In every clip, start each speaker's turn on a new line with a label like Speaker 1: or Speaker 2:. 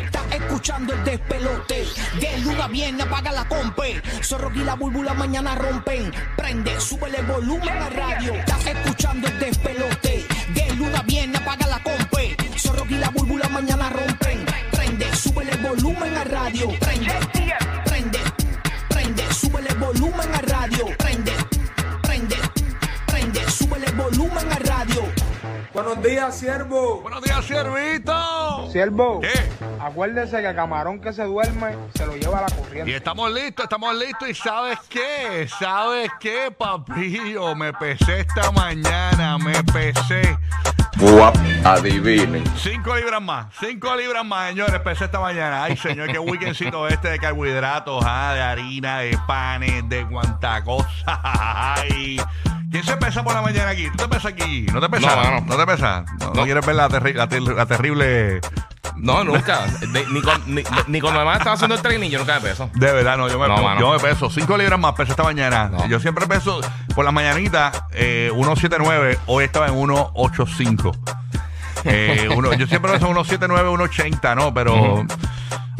Speaker 1: Estás escuchando el despelote. De luna viene, apaga la compe. Zorro y la búlbula mañana rompen. Prende, súbele volumen a la radio. Estás escuchando el despelote. De luna viene, apaga la compe. Zorro y la búlbula mañana rompen. Prende, súbele volumen a radio. Prende, prende, prende, súbele volumen a radio. Prende, prende, prende, súbele volumen a radio.
Speaker 2: Buenos días, siervo.
Speaker 3: Buenos días, siervito.
Speaker 2: Siervo,
Speaker 3: ¿Qué?
Speaker 2: acuérdese que camarón que se duerme se lo lleva a la
Speaker 3: Y
Speaker 2: corriente.
Speaker 3: estamos listos, estamos listos. ¿Y sabes qué? ¿Sabes qué, papillo? Me pesé esta mañana, me pesé.
Speaker 4: Guap, adivinen.
Speaker 3: Cinco libras más, cinco libras más, señores. Pesé esta mañana. Ay, señor, qué weekendcito este de carbohidratos, ah, de harina, de panes, de cuanta cosa. Ay. ¿Quién se pesa por la mañana aquí? ¿Tú te pesas aquí? ¿No te pesas?
Speaker 5: No, mano.
Speaker 3: te pesas? ¿No, no
Speaker 5: No.
Speaker 3: quieres ver la, terri- la ter- la terrible...?
Speaker 5: No, nunca. De- ni, con- ni- ni cuando mi mamá estaba haciendo el training, yo nunca me peso.
Speaker 3: De verdad, no, yo me,
Speaker 5: No,
Speaker 3: yo-
Speaker 5: mano.
Speaker 3: yo me peso 5 libras más peso esta mañana.
Speaker 5: No.
Speaker 3: Yo siempre peso por la mañanita eh, 179, hoy estaba en 185. Eh, uno- yo siempre peso 179, 180, ¿no? Pero,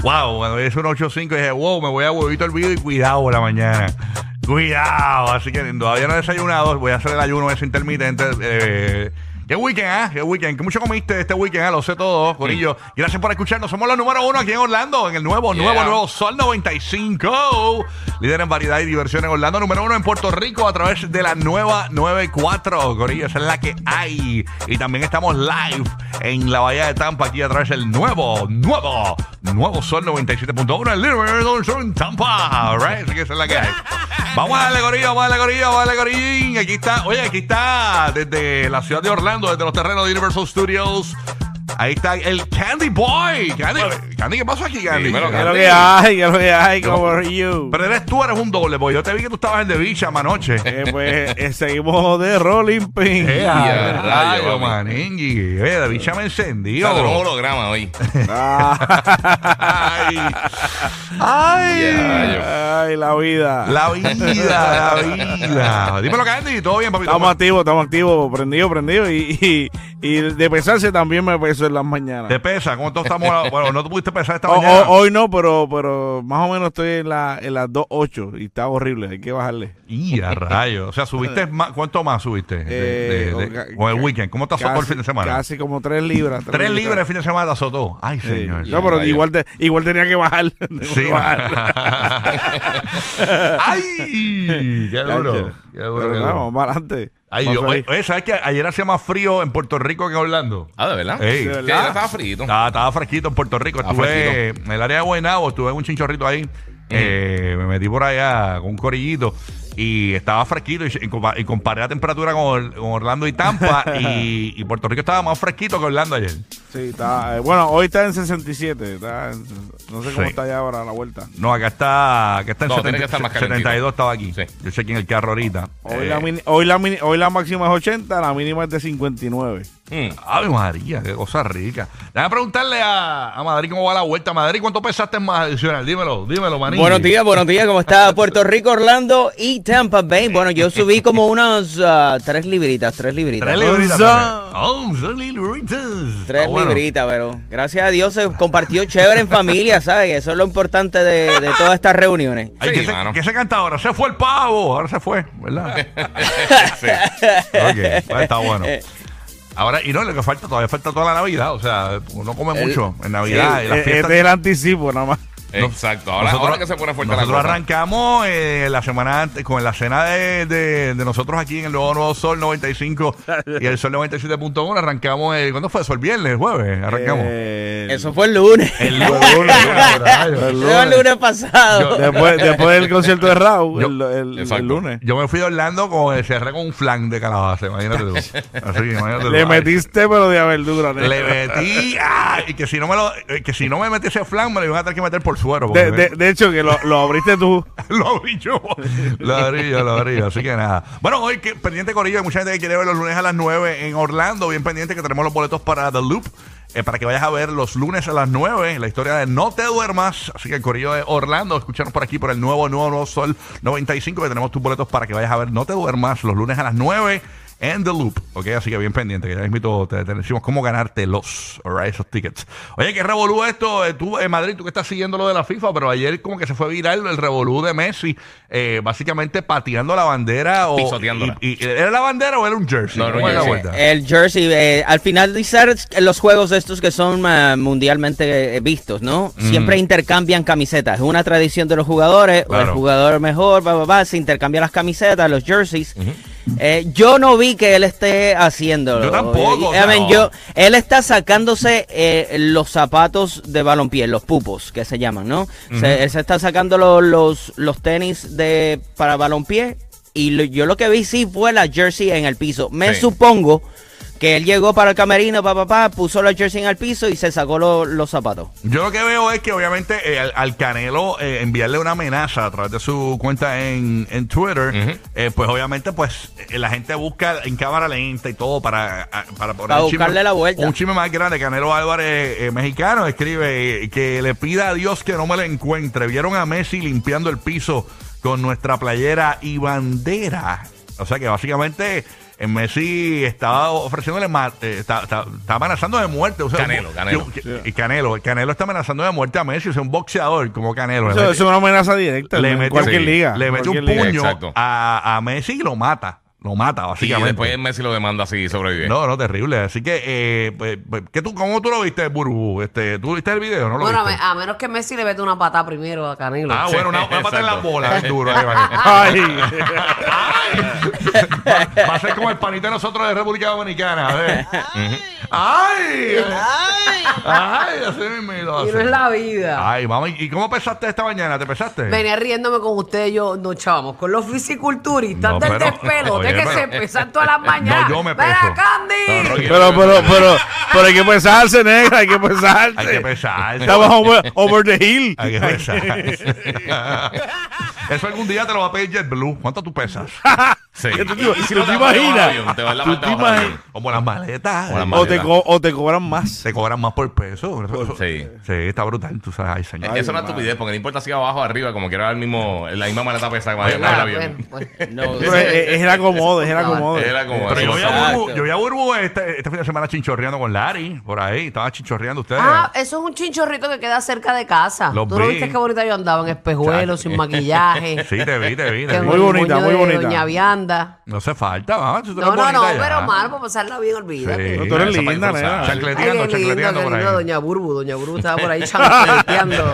Speaker 3: wow, cuando es 185 dije, wow, me voy a huevito el video y cuidado por la mañana. Cuidado, así que todavía no he desayunado, voy a hacer el ayuno ese intermitente. Eh, Qué weekend, ¿ah? Qué weekend. Qué mucho comiste este weekend, ah? Lo sé todo, Corillo. Gracias por escucharnos. Somos los número uno aquí en Orlando, en el nuevo,
Speaker 5: Yeah.
Speaker 3: nuevo, nuevo Sol 95, líder en variedad y diversión en Orlando, número uno en Puerto Rico a través de la nueva 94, Corillo, esa es la que hay. Y también estamos live en la Bahía de Tampa, aquí a través del nuevo, nuevo, nuevo Sol 97.1, el líder del Sol en Tampa, all right? Así que esa es la que hay. Vamos a darle, Corillo, vamos a darle, Corillo, vamos a darle, Corillín. Aquí está, oye, aquí está, desde la ciudad de Orlando, desde los terrenos de Universal Studios. Ahí está el Candy Boy. Candy, Candy ¿qué pasó aquí, Candy?
Speaker 5: Dímelo,
Speaker 6: ¿Qué es lo que hay? ¿Qué es lo que hay? ¿Cómo are you?
Speaker 3: Pero eres tú, eres un doble, porque yo te vi que tú estabas en The Beach anoche.
Speaker 6: Eh, pues eh, seguimos de Rolling Pin.
Speaker 3: ¡Ea,
Speaker 5: rayo,
Speaker 3: rayo,
Speaker 5: papi.
Speaker 3: maningui! ¡Eh, The Beach ya me
Speaker 5: Yo
Speaker 3: encendió!
Speaker 5: tengo un holograma hoy.
Speaker 3: ¡Ay! ¡Ay!
Speaker 5: Ya,
Speaker 6: Ay, la vida.
Speaker 3: La vida, la vida. Dímelo, Candy, ¿todo bien, papito?
Speaker 6: Estamos activos, estamos activos, prendido, prendido. Y, y, y de pesarse también me peso en las mañanas.
Speaker 3: ¿Te pesa? ¿Cuánto estamos? Bueno, no te pudiste pesar esta
Speaker 6: O- o-
Speaker 3: mañana.
Speaker 6: hoy no, pero pero más o menos estoy en, la, en las 2.8 y está horrible, hay que bajarle.
Speaker 3: ¡Y a rayo! O sea, ¿subiste más? ¿Cuánto más subiste? De- de-
Speaker 6: Eh,
Speaker 3: de-
Speaker 6: ca-
Speaker 3: con el
Speaker 6: ca-
Speaker 3: weekend. ¿Cómo te azotó el
Speaker 6: casi-
Speaker 3: fin de semana?
Speaker 6: Casi como 3 libras.
Speaker 3: Tres libras el
Speaker 6: libras.
Speaker 3: fin de semana te azotó. ¡Ay,
Speaker 6: Sí.
Speaker 3: señor!
Speaker 6: No, pero
Speaker 5: Vaya.
Speaker 6: igual, te- igual tenía que bajar.
Speaker 3: Sí. ¡Ay! ¡Qué duro! ¡Qué
Speaker 6: Pero
Speaker 3: duro! qué
Speaker 6: nada,
Speaker 3: duro.
Speaker 6: vamos para adelante.
Speaker 3: Ay, Dios. Oye, oye, ¿sabes que ayer hacía más frío en Puerto Rico que en Orlando?
Speaker 5: Ah, de verdad.
Speaker 3: Ey.
Speaker 5: Sí, de verdad. Estaba frito.
Speaker 3: Estaba, estaba fresquito en Puerto Rico.
Speaker 5: Estaba Mm.
Speaker 3: Estuve en el área de Guaynabo, estuve en un chinchorrito ahí. Eh, me metí por allá con un corillito y estaba fresquito. Y, y compa- y comparé la temperatura con, Or- con Orlando y Tampa. y, y Puerto Rico estaba más fresquito que Orlando ayer.
Speaker 6: Sí, está. eh, bueno, hoy está en 67. Está en- no sé cómo
Speaker 3: Sí.
Speaker 6: está ya ahora a la vuelta.
Speaker 3: No, acá está, acá está en
Speaker 5: No,
Speaker 3: 70
Speaker 5: tiene que estar más calentito.
Speaker 3: 72, estaba aquí.
Speaker 5: Sí.
Speaker 3: Yo sé que en el carro ahorita.
Speaker 6: Hoy,
Speaker 3: Eh,
Speaker 6: la, mini- hoy, la, mini- hoy la máxima es 80, la mínima es de 59.
Speaker 5: Mm.
Speaker 3: Ave María, qué cosa rica. Déjame preguntarle a, a Madrid cómo va la vuelta. Madrid, ¿cuánto pesaste en más adicional? Dímelo, dímelo, manín.
Speaker 7: Buenos días, buenos días, ¿cómo está Puerto Rico, Orlando y Tampa Bay? Bueno, yo subí como unas ah, tres libritas, tres libritas.
Speaker 3: Tres libritas.
Speaker 6: Onza.
Speaker 3: también. Onza libritas.
Speaker 7: Tres
Speaker 3: Ah, bueno.
Speaker 7: libritas, pero gracias a Dios se compartió chévere en familia, ¿sabes? Eso es lo importante de, de todas estas reuniones.
Speaker 3: Ay,
Speaker 5: Sí,
Speaker 3: ¿qué, se,
Speaker 5: mano.
Speaker 3: qué se canta ahora? Se fue el pavo, ahora se fue, ¿verdad?
Speaker 5: Sí.
Speaker 3: ok, pues está bueno. Ahora, y no, lo que falta, todavía falta toda la Navidad, o sea, uno come
Speaker 7: El-
Speaker 3: mucho en Navidad y
Speaker 6: Eh,
Speaker 3: las
Speaker 6: este
Speaker 3: fiestas.
Speaker 6: es el anticipo, nada más.
Speaker 5: Exacto. Ahora, ahora que se pone fuerte la
Speaker 3: nosotros
Speaker 5: cosa.
Speaker 3: arrancamos eh, la semana antes con la cena de, de- de nosotros aquí en el nuevo, nuevo Sol 95 y el Sol 97.1. Arrancamos, el, ¿cuándo fue? ¿Sol viernes? ¿Jueves? Arrancamos.
Speaker 6: Eh,
Speaker 7: Eso fue el lunes.
Speaker 3: el lunes, rayos.
Speaker 7: Eso fue el lunes pasado.
Speaker 6: después, después del concierto de Raúl,
Speaker 3: Yo-
Speaker 6: el, el- el
Speaker 5: Exacto.
Speaker 6: lunes.
Speaker 3: Yo me fui de Orlando con, eh, cerré con un flan de calabaza, imagínate tú. Así, imagínate tú.
Speaker 6: Le
Speaker 3: Ay.
Speaker 6: metiste, pero de verdura. nena.
Speaker 3: Le metí. ¡ah! Y que si no me lo, eh, que si no me metí ese flan, me lo iban a tener que meter por suero. porque-
Speaker 6: De, de- de hecho, que lo, lo abriste tú.
Speaker 3: lo abrí yo. Lo abrí yo, lo abrí yo. Así que nada. Bueno, hoy que, pendiente Corillo, hay mucha gente que quiere ver los lunes a las 9 en Orlando. Bien pendiente que tenemos los boletos para The Loop. eh, para que vayas a ver los lunes a las 9 la historia de No Te Duermas. Así que el Corillo de Orlando, escucharon por aquí por el nuevo, nuevo, nuevo Sol 95 que tenemos tus boletos para que vayas a ver No Te Duermas los lunes a las 9 en The Loop. Ok, así que bien pendiente, que ya invito, te, te decimos cómo ganártelos, alright, esos tickets. Oye, qué revolú esto, eh, tú en Madrid, tú que estás siguiendo lo de la FIFA, pero ayer como que se fue viral el revolú de Messi, eh, básicamente pateando la bandera o...
Speaker 5: Pisoteándola.
Speaker 3: y- y- ¿Era la bandera o era un jersey?
Speaker 5: No, era un
Speaker 3: ¿Cómo la
Speaker 5: jersey.
Speaker 3: vuelta?
Speaker 7: El jersey, eh, al finalizar los juegos estos que son eh, mundialmente eh, vistos, ¿no? Siempre intercambian camisetas. Es una tradición de los jugadores.
Speaker 3: Claro.
Speaker 7: El jugador mejor, va, va, va, se intercambian las camisetas, los jerseys. Eh, yo no vi que él esté haciéndolo.
Speaker 3: Yo tampoco,
Speaker 7: Eh,
Speaker 3: o sea,
Speaker 7: I mean,
Speaker 3: no.
Speaker 7: yo- él está sacándose eh, los zapatos de balompié, los pupos, que se llaman, ¿no? Se- él se está sacando lo- los, los tenis de para balompié. Y lo- yo lo que vi sí fue la jersey en el piso. Me
Speaker 5: Sí.
Speaker 7: supongo que él llegó para el camerino, papá, pa, pa, puso la jersey en el piso y se sacó lo- los zapatos.
Speaker 3: Yo lo que veo es que obviamente eh, al, al Canelo eh, enviarle una amenaza a través de su cuenta en, en Twitter,
Speaker 5: Ujú.
Speaker 3: eh, pues obviamente pues eh, la gente busca en cámara lenta y todo para, a- para poner
Speaker 7: Para
Speaker 3: un chisme-
Speaker 7: buscarle la vuelta.
Speaker 3: Un chisme más grande. Canelo Álvarez, eh, mexicano, escribe eh, que le pida a Dios que no me lo encuentre. Vieron a Messi limpiando el piso con nuestra playera y bandera. O sea que básicamente... eh, Messi estaba ofreciéndole, ma- eh, está, está- está amenazando de muerte. O sea,
Speaker 5: Canelo,
Speaker 3: yo-
Speaker 5: Canelo.
Speaker 3: que- y Canelo, Canelo está amenazando de muerte a Messi, o sea, un boxeador como Canelo.
Speaker 6: Eso, eso es una amenaza directa.
Speaker 3: le
Speaker 6: en
Speaker 3: mete,
Speaker 6: cualquier
Speaker 3: sí,
Speaker 6: liga.
Speaker 3: le
Speaker 6: en
Speaker 3: mete un
Speaker 6: cualquier liga.
Speaker 3: puño
Speaker 5: Exacto.
Speaker 3: a, a Messi y lo mata. Lo mata,
Speaker 5: Y
Speaker 3: básicamente.
Speaker 5: después Messi lo demanda así y sobrevive.
Speaker 3: no, no, terrible. Así que, eh, pues, pues, ¿qué tú, ¿cómo tú lo viste, Burbu? Este, ¿Tú viste el video? ¿No lo
Speaker 8: Bueno, a,
Speaker 3: viste?
Speaker 8: me- a menos que Messi le mete una patada primero a Canelo.
Speaker 3: Ah, bueno, una, una pata en la
Speaker 5: Exacto.
Speaker 3: bola, bien duro. ahí va.
Speaker 6: Ay.
Speaker 3: va, va a ser como el panito de nosotros de República Dominicana. A ver. ¡Ay! ¡Ay! ¡Ay! Así mismo lo
Speaker 8: Y
Speaker 3: hace.
Speaker 8: no es la vida.
Speaker 3: Ay, mamá, ¿y cómo pensaste esta mañana? ¿Te pensaste?
Speaker 8: Venía riéndome con ustedes, yo no chavamos, con los fisiculturistas
Speaker 3: No,
Speaker 8: del
Speaker 3: pero-
Speaker 8: despelote
Speaker 3: oye,
Speaker 8: que
Speaker 3: pero-
Speaker 8: se pesan todas las mañanas.
Speaker 3: yo me
Speaker 8: ¡Ven
Speaker 3: peso. Ah,
Speaker 8: a Candy!
Speaker 5: No, Rocky,
Speaker 6: Pero, pero, pero, pero hay que pesarse, negra. Hay que pesarse.
Speaker 3: Hay que pensar.
Speaker 6: Estamos over, over the hill.
Speaker 3: Hay que pensar. Eso algún día te lo va a pedir JetBlue. ¿Cuánto tú pesas?
Speaker 5: Sí.
Speaker 6: ¿Qué tú te-
Speaker 5: Y
Speaker 6: si no te
Speaker 5: vas bajo
Speaker 6: imaginas,
Speaker 5: el avión, te vas en la
Speaker 6: tú
Speaker 5: parte
Speaker 6: te
Speaker 5: bajo del avión.
Speaker 6: imaginas.
Speaker 3: Como las maletas.
Speaker 5: Como las
Speaker 6: O te,
Speaker 5: maletas.
Speaker 6: co- o te cobran más.
Speaker 3: Se cobran más por peso. Eso- eso-
Speaker 5: Sí.
Speaker 3: Sí, está brutal. Tú sabes, ay, señor.
Speaker 5: Eh, Eso no es una estupidez, porque no importa si abajo o arriba, como quiera el mismo, la misma maleta pesada que va a llevar el
Speaker 8: Ah,
Speaker 5: avión.
Speaker 8: bueno, pues.
Speaker 7: No,
Speaker 6: Pero es, es- es el acomodo, es el acomodo.
Speaker 5: Era como
Speaker 3: Pero yo
Speaker 5: eso,
Speaker 3: vi
Speaker 5: o sea,
Speaker 3: a Burbu,
Speaker 7: Exacto.
Speaker 3: yo vi a Burbu este, este fin de semana chinchorreando con Larry. Por ahí. Estaba chinchorreando ustedes.
Speaker 8: Ah, eso es un chinchorrito que queda cerca de casa.
Speaker 3: Los
Speaker 8: ¿Tú no
Speaker 3: vi.
Speaker 8: viste qué bonita yo andaba en espejuelos, sin maquillaje?
Speaker 3: Sí, te vi, te vi. te
Speaker 8: que
Speaker 3: vi.
Speaker 6: Muy
Speaker 8: un
Speaker 6: bonita,
Speaker 8: moño
Speaker 6: muy
Speaker 8: de
Speaker 6: bonita.
Speaker 8: Doña Vianda.
Speaker 3: No hace falta, mamá. Tú eres
Speaker 8: No, no, no,
Speaker 3: bonita ya.
Speaker 8: pero mal, para pasarla bien, olvídate.
Speaker 6: Pero tú eres
Speaker 5: esa
Speaker 6: linda,
Speaker 5: país
Speaker 6: nena.
Speaker 5: forzada.
Speaker 3: Chancleteando,
Speaker 8: Ay, qué lindo, qué
Speaker 3: chancleteando por
Speaker 8: lindo,
Speaker 3: ahí.
Speaker 8: Doña Burbu. Doña Burbu estaba por ahí chancleteando.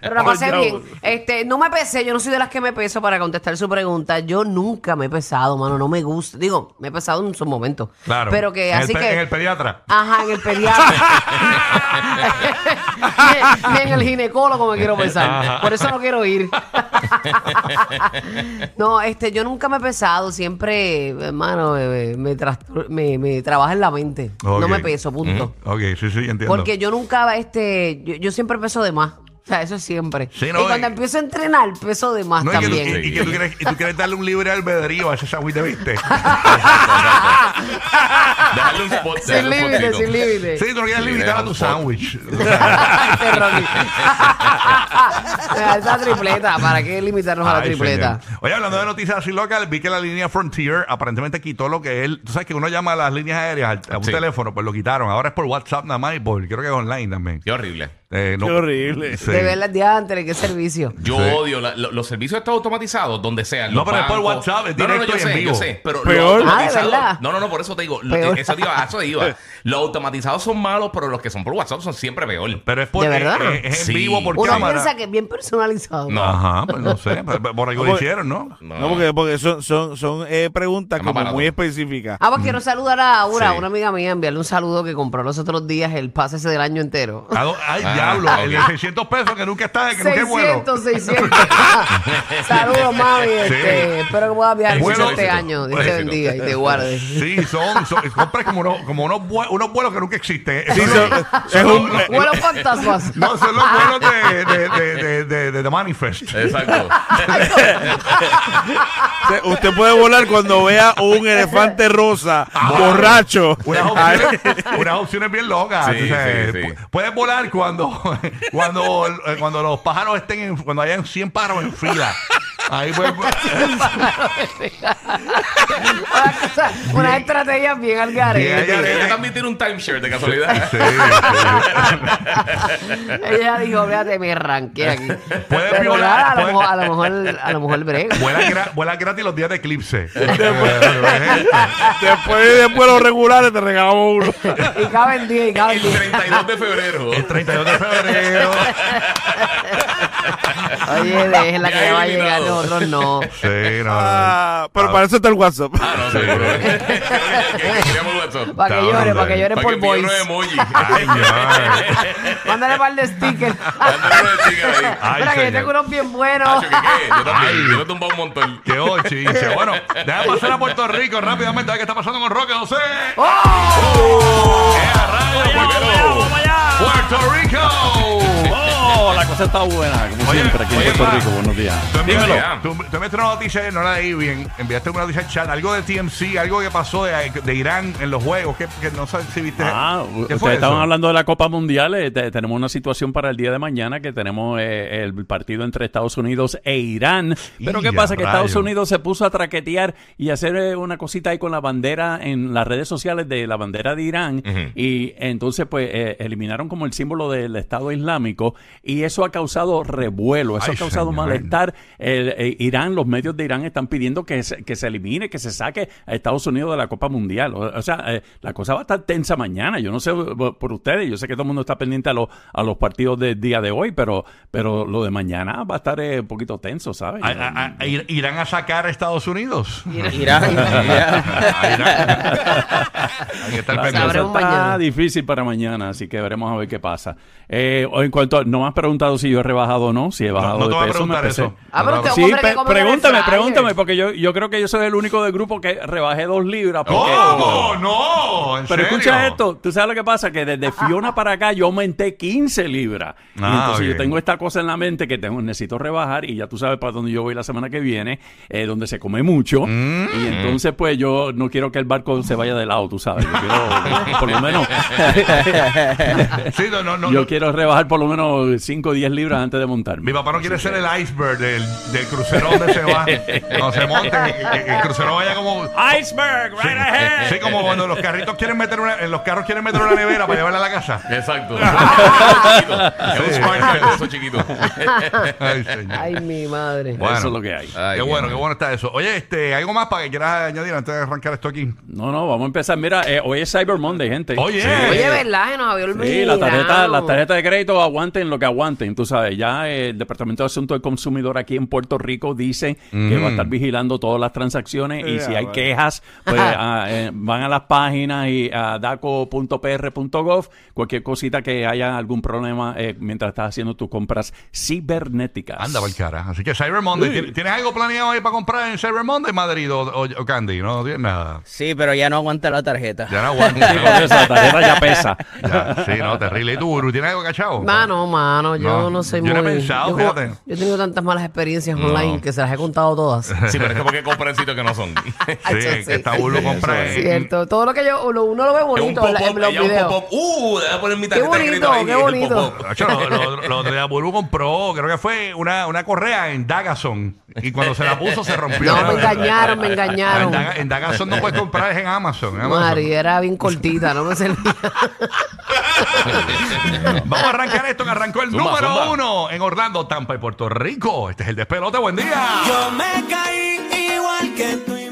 Speaker 8: Pero la pasé
Speaker 6: Doña
Speaker 8: bien.
Speaker 6: Burbu.
Speaker 8: Este, no me pesé, yo no soy de las que me peso para contestar su pregunta. Yo nunca me he pesado, mano, no me gusta. Digo, me he pesado en su momento.
Speaker 3: Claro.
Speaker 8: Pero que
Speaker 3: En el
Speaker 8: así
Speaker 3: pe-
Speaker 8: que. Ah.
Speaker 3: En el pediatra.
Speaker 8: Ajá, en el pediatra. ni, ni en el ginecólogo me quiero pesar. Por eso no quiero ir. no, este, yo nunca me he pesado. Siempre, hermano, eh, me, me trastor- me- me trabaja en la mente. No
Speaker 3: Ok.
Speaker 8: me peso, punto.
Speaker 3: Ok, sí, sí, entiendo.
Speaker 8: Porque yo nunca, este, yo, yo siempre peso de más. O sea, eso siempre.
Speaker 3: Sí, no,
Speaker 8: y cuando
Speaker 3: y-
Speaker 8: empiezo a entrenar, peso de más
Speaker 3: No, y que, tú,
Speaker 8: Ah, también.
Speaker 3: y, y que tú quieres, y tú quieres darle un libre albedrío a ese sándwich de viste.
Speaker 5: Dejarle un spot,
Speaker 8: Ah. sin
Speaker 5: dejarle un
Speaker 8: límite,
Speaker 5: spotcito.
Speaker 8: sin límite.
Speaker 3: Sí, tú no quieres
Speaker 5: Sí,
Speaker 3: limitar a
Speaker 5: deja
Speaker 3: tu
Speaker 5: un
Speaker 3: sándwich.
Speaker 8: Este Ronnie. Ah, Esa tripleta, ¿para qué limitarnos a la
Speaker 3: Ay,
Speaker 8: tripleta?
Speaker 3: señor. Oye, hablando de noticias así locales, vi que la línea Frontier aparentemente quitó lo que él. Tú sabes que uno llama a las líneas aéreas al- a un
Speaker 5: Sí.
Speaker 3: teléfono, pues lo quitaron. Ahora es por WhatsApp nada más y por, creo que es online también.
Speaker 5: Qué horrible.
Speaker 3: Eh, no.
Speaker 6: Qué horrible.
Speaker 3: Sí.
Speaker 8: De ver las diantres, qué servicio.
Speaker 5: Yo
Speaker 3: Sí.
Speaker 5: odio la- lo- los servicios estos automatizados, donde sean.
Speaker 3: No,
Speaker 5: los
Speaker 3: pero es por
Speaker 5: bancos.
Speaker 3: WhatsApp, es
Speaker 5: no, no, no,
Speaker 3: directo
Speaker 5: yo
Speaker 3: y en
Speaker 5: sé,
Speaker 3: vivo.
Speaker 5: yo sé. Pero
Speaker 6: Peor.
Speaker 5: los
Speaker 8: Ah, ¿de
Speaker 5: automatizados-
Speaker 8: verdad?
Speaker 5: No, no, no, por eso te digo. lo-
Speaker 8: Peor.
Speaker 5: Eso digo, a eso iba. Los automatizados son malos, pero los que son por WhatsApp son siempre peor.
Speaker 3: Pero es por,
Speaker 8: ¿De verdad?
Speaker 3: eh, Es, en
Speaker 5: Sí.
Speaker 3: vivo por
Speaker 8: Uno
Speaker 3: cámara.
Speaker 8: piensa que es bien personalizado.
Speaker 5: No.
Speaker 3: Ajá, pues no sé. pero- pero Por algo lo
Speaker 6: Porque-
Speaker 3: hicieron, ¿no?
Speaker 5: No,
Speaker 6: No, porque, porque son, son, son eh, preguntas
Speaker 5: Más
Speaker 6: como
Speaker 5: barato.
Speaker 6: muy específicas.
Speaker 8: Ah, pues quiero saludar a Aura,
Speaker 5: Sí.
Speaker 8: una amiga mía, enviarle un saludo que compró los otros días el pase ese del año entero.
Speaker 3: ¿A dó- Ay,
Speaker 5: Ah,
Speaker 3: diablo, el de
Speaker 5: ok.
Speaker 3: 600 pesos que nunca está, que nunca es bueno.
Speaker 8: 600, 600. Saludos, mami. Este,
Speaker 3: Sí.
Speaker 8: Espero que puedas viajar
Speaker 3: Bueno,
Speaker 8: mucho este
Speaker 5: éxito.
Speaker 8: año. Dios te
Speaker 5: Éxito.
Speaker 8: bendiga y te guarde.
Speaker 3: Sí, son, son compras como, unos, como unos, vue- unos vuelos que nunca existen.
Speaker 6: Sí,
Speaker 3: Son
Speaker 6: son-
Speaker 3: los-
Speaker 6: es un-
Speaker 3: los-
Speaker 8: Bueno, fantasmas.
Speaker 3: no, son los vuelos de, de, de, de, de- de The Manifest.
Speaker 5: Exacto.
Speaker 6: Usted- Usted puede volar cuando vea un elefante rosa
Speaker 3: Ah,
Speaker 6: borracho.
Speaker 3: Unas
Speaker 6: Ay,
Speaker 3: opciones, unas opciones bien locas.
Speaker 5: Ah, eh. Sí,
Speaker 3: tú sabes.
Speaker 5: sí, sí.
Speaker 3: Pu- Puedes volar cuando, cuando, eh, cuando los pájaros estén, en, cuando hayan 100 pájaros en fila. Ahí puedes.
Speaker 8: Unas estrategias bien al
Speaker 3: Bien al
Speaker 8: garete.
Speaker 3: garete.
Speaker 5: Ella también tiene un timeshare de casualidad.
Speaker 3: Sí, sí.
Speaker 8: Ella dijo, fíjate, me arranqué aquí.
Speaker 3: Puedes
Speaker 8: Pero
Speaker 3: violar,
Speaker 8: nada, a, lo
Speaker 3: puedes-
Speaker 8: mejor, a lo mejor, a lo mejor brega.
Speaker 3: Vuela, gra- vuela gratis los días de eclipse. Eh, Exacto.
Speaker 6: después, después los regulares te regalamos uno.
Speaker 8: Y caben 10, y caben
Speaker 5: El
Speaker 8: 10.
Speaker 5: 32 de febrero.
Speaker 3: El 32 de febrero.
Speaker 8: Oye, déjenla que
Speaker 5: Ya
Speaker 8: va a
Speaker 5: eliminado.
Speaker 8: llegar, nosotros no.
Speaker 3: Sí, no, no.
Speaker 6: Ah, pero para eso está el WhatsApp.
Speaker 5: Ah, no, seguro. Queríamos WhatsApp.
Speaker 8: Para que
Speaker 3: Está
Speaker 8: llore,
Speaker 3: brutal.
Speaker 8: para que llore
Speaker 5: Pa'
Speaker 8: por
Speaker 5: que pida unos
Speaker 8: voice.
Speaker 5: emojis.
Speaker 3: Ay, ay.
Speaker 8: Mándale par de stickers.
Speaker 5: Mándale unos stickers ahí.
Speaker 3: Ay,
Speaker 8: Espera, que yo
Speaker 3: señor.
Speaker 8: tengo unos bien buenos.
Speaker 5: Nacho, ¿qué qué? Yo
Speaker 3: Ay.
Speaker 5: también. Yo he tumbado un montón.
Speaker 3: Qué bochinche. Bueno, déjame pasar a Puerto Rico rápidamente. A ver qué está pasando con Roque José. ¡Eh, a
Speaker 5: Ah,
Speaker 3: rayos! Primero, ¡Puerto Rico!
Speaker 9: Oh, la cosa está buena, como
Speaker 3: Oye,
Speaker 9: siempre aquí en
Speaker 3: oye,
Speaker 9: Puerto
Speaker 3: pa.
Speaker 9: Rico. Buenos días.
Speaker 3: Tú
Speaker 5: Dímelo.
Speaker 3: enviaste, tú, tú enviaste una noticia, no la leí bien. Enviaste una noticia al chat, algo de TMC, algo que pasó de, de Irán en los juegos, que, que no sé si viste.
Speaker 9: Ah,
Speaker 3: ¿Qué
Speaker 9: ustedes
Speaker 3: fue
Speaker 9: estaban
Speaker 3: eso?
Speaker 9: hablando de la Copa Mundial. eh, te- tenemos una situación para el día de mañana que tenemos eh, el partido entre Estados Unidos e Irán. Pero
Speaker 3: Y
Speaker 9: ¿qué
Speaker 3: ya,
Speaker 9: pasa? Que Estados
Speaker 3: rayo.
Speaker 9: Unidos se puso a traquetear y hacer eh, una cosita ahí con la bandera en las redes sociales de la bandera de Irán. Y entonces, pues, eh, eliminaron como el símbolo del Estado Islámico. Y eso ha causado revuelo, eso
Speaker 3: Ay,
Speaker 9: ha causado
Speaker 3: señor.
Speaker 9: malestar. El, eh, Irán, los medios de Irán están pidiendo que se, que se elimine, que se saque a Estados Unidos de la Copa Mundial. O, o sea, eh, la cosa va a estar tensa mañana. Yo no sé eh, por por ustedes, yo sé que todo el mundo está pendiente a, los a los partidos del día de hoy, pero, pero lo de mañana va a estar eh, un poquito tenso, ¿sabes?
Speaker 3: ¿A- a- a- a- ir- ¿Irán a sacar a Estados Unidos?
Speaker 7: Irán,
Speaker 3: A Irán. Hay que estar pendiente.
Speaker 9: La cosa
Speaker 8: Sabremos
Speaker 9: está
Speaker 8: mañana.
Speaker 9: difícil para mañana, así que veremos a ver qué pasa. Eh, o en cuanto a- no me has preguntado si yo he rebajado o no, si he bajado
Speaker 3: no te
Speaker 9: de
Speaker 3: voy a
Speaker 9: peso, me
Speaker 3: preguntar
Speaker 9: pesé.
Speaker 3: eso.
Speaker 8: Ah, pero te-
Speaker 9: Sí,
Speaker 8: hombre que
Speaker 9: pe-
Speaker 8: come
Speaker 9: pregúntame,
Speaker 8: French fries.
Speaker 9: pregúntame, porque yo, yo creo que yo soy el único del grupo que rebajé dos libras. porque-
Speaker 3: ¿Cómo? No. ¿en
Speaker 9: Pero
Speaker 3: serio?
Speaker 9: escucha esto, tú sabes lo que pasa, que desde Fiona para acá yo aumenté 15 libras. Y
Speaker 3: Ah,
Speaker 9: entonces
Speaker 3: bien.
Speaker 9: yo tengo esta cosa en la mente que tengo, necesito rebajar y ya tú sabes para dónde yo voy la semana que viene, eh, donde se come mucho.
Speaker 3: Mm.
Speaker 9: Y entonces pues yo no quiero que el barco se vaya de lado, tú sabes. Yo quiero, por lo menos,
Speaker 3: Sí, no, no, no,
Speaker 9: yo
Speaker 3: no.
Speaker 9: quiero rebajar por lo menos 5 o 10 libras antes de montarme.
Speaker 3: Mi papá no quiere ser el iceberg del, del crucero donde se va. No se monte, que, que- que el crucero vaya como.
Speaker 9: Iceberg, right ahead.
Speaker 3: Sí, como cuando los carritos quieren meter una, en los carros quieren meter una nevera para llevarla a la casa.
Speaker 5: Exacto. Es un smart card de esos chiquitos.
Speaker 3: Ay, señor.
Speaker 8: Ay, mi madre.
Speaker 3: Bueno.
Speaker 9: Eso es lo que hay.
Speaker 3: qué
Speaker 5: Ay,
Speaker 3: bueno,
Speaker 5: qué
Speaker 3: qué bueno está eso. Oye, este, ¿algo más para que quieras añadir antes de arrancar esto aquí?
Speaker 9: No, no, vamos a empezar. Mira, eh, hoy es Cyber Monday, gente.
Speaker 3: Oye.
Speaker 8: Oye, ¿verdad? Que nos había olvidado.
Speaker 9: Sí, la tarjeta, la tarjeta de crédito aguanten lo que aguanten, tú sabes. Ya eh, el Departamento de Asuntos del Consumidor aquí en Puerto Rico dice que va a
Speaker 3: Mm.
Speaker 9: estar vigilando todas las transacciones y
Speaker 6: Ya,
Speaker 9: si hay
Speaker 6: bueno.
Speaker 9: quejas, pues ah, eh, van a las páginas y a daco.pr.gov, cualquier cosita que haya algún problema eh, mientras estás haciendo tus compras cibernéticas.
Speaker 3: Anda, pa'l cara. Así que Cyber Monday. ¿tien- ¿Tienes algo planeado ahí para comprar en Cyber Monday, Madrid o, o- o Candy? No, tienes nada.
Speaker 7: Sí, pero ya no aguanta la tarjeta.
Speaker 3: Ya no aguanto.
Speaker 9: Sí, por eso, la tarjeta ya pesa.
Speaker 3: Ya, sí, no, terrible. ¿Y tú, Guru, tienes algo cachado?
Speaker 8: Mano, mano, yo
Speaker 3: No,
Speaker 8: no, soy
Speaker 3: yo no
Speaker 8: muy...
Speaker 3: he pensado,
Speaker 8: yo,
Speaker 3: fíjate.
Speaker 8: yo he tenido tantas malas experiencias online que se las he contado todas.
Speaker 5: Sí, pero es que porque compran sitios que no son.
Speaker 3: Sí,
Speaker 8: Ay, yo
Speaker 3: que
Speaker 8: sí.
Speaker 3: está Guru compra en-
Speaker 8: Cierto. Todo lo que yo... Lo, uno lo ve
Speaker 5: Es un
Speaker 8: bonito en la- en
Speaker 5: pop-up.
Speaker 8: los
Speaker 5: ella es un
Speaker 8: videos.
Speaker 5: pop-up. Uh, déjame poner mi
Speaker 8: Qué
Speaker 5: tarjeta de
Speaker 8: bonito,
Speaker 5: crédito ahí.
Speaker 8: qué
Speaker 5: en el
Speaker 8: bonito.
Speaker 5: pop-up.
Speaker 3: Nacho, lo, lo, lo de Aburú compró, creo que fue una, una correa en Dagazon. Y cuando se la puso, se rompió.
Speaker 8: No, me engañaron, me engañaron.
Speaker 3: En, Daga- en Dagazon no puedes comprar, es en Amazon. en Amazon.
Speaker 8: Mari, era bien cortita, no me servía.
Speaker 3: Vamos a arrancar esto que arrancó el
Speaker 5: Zumba,
Speaker 3: número
Speaker 5: zumba.
Speaker 3: uno en Orlando, Tampa y Puerto Rico. Este es el despelote. Buen día.
Speaker 7: Yo me caí igual que tú.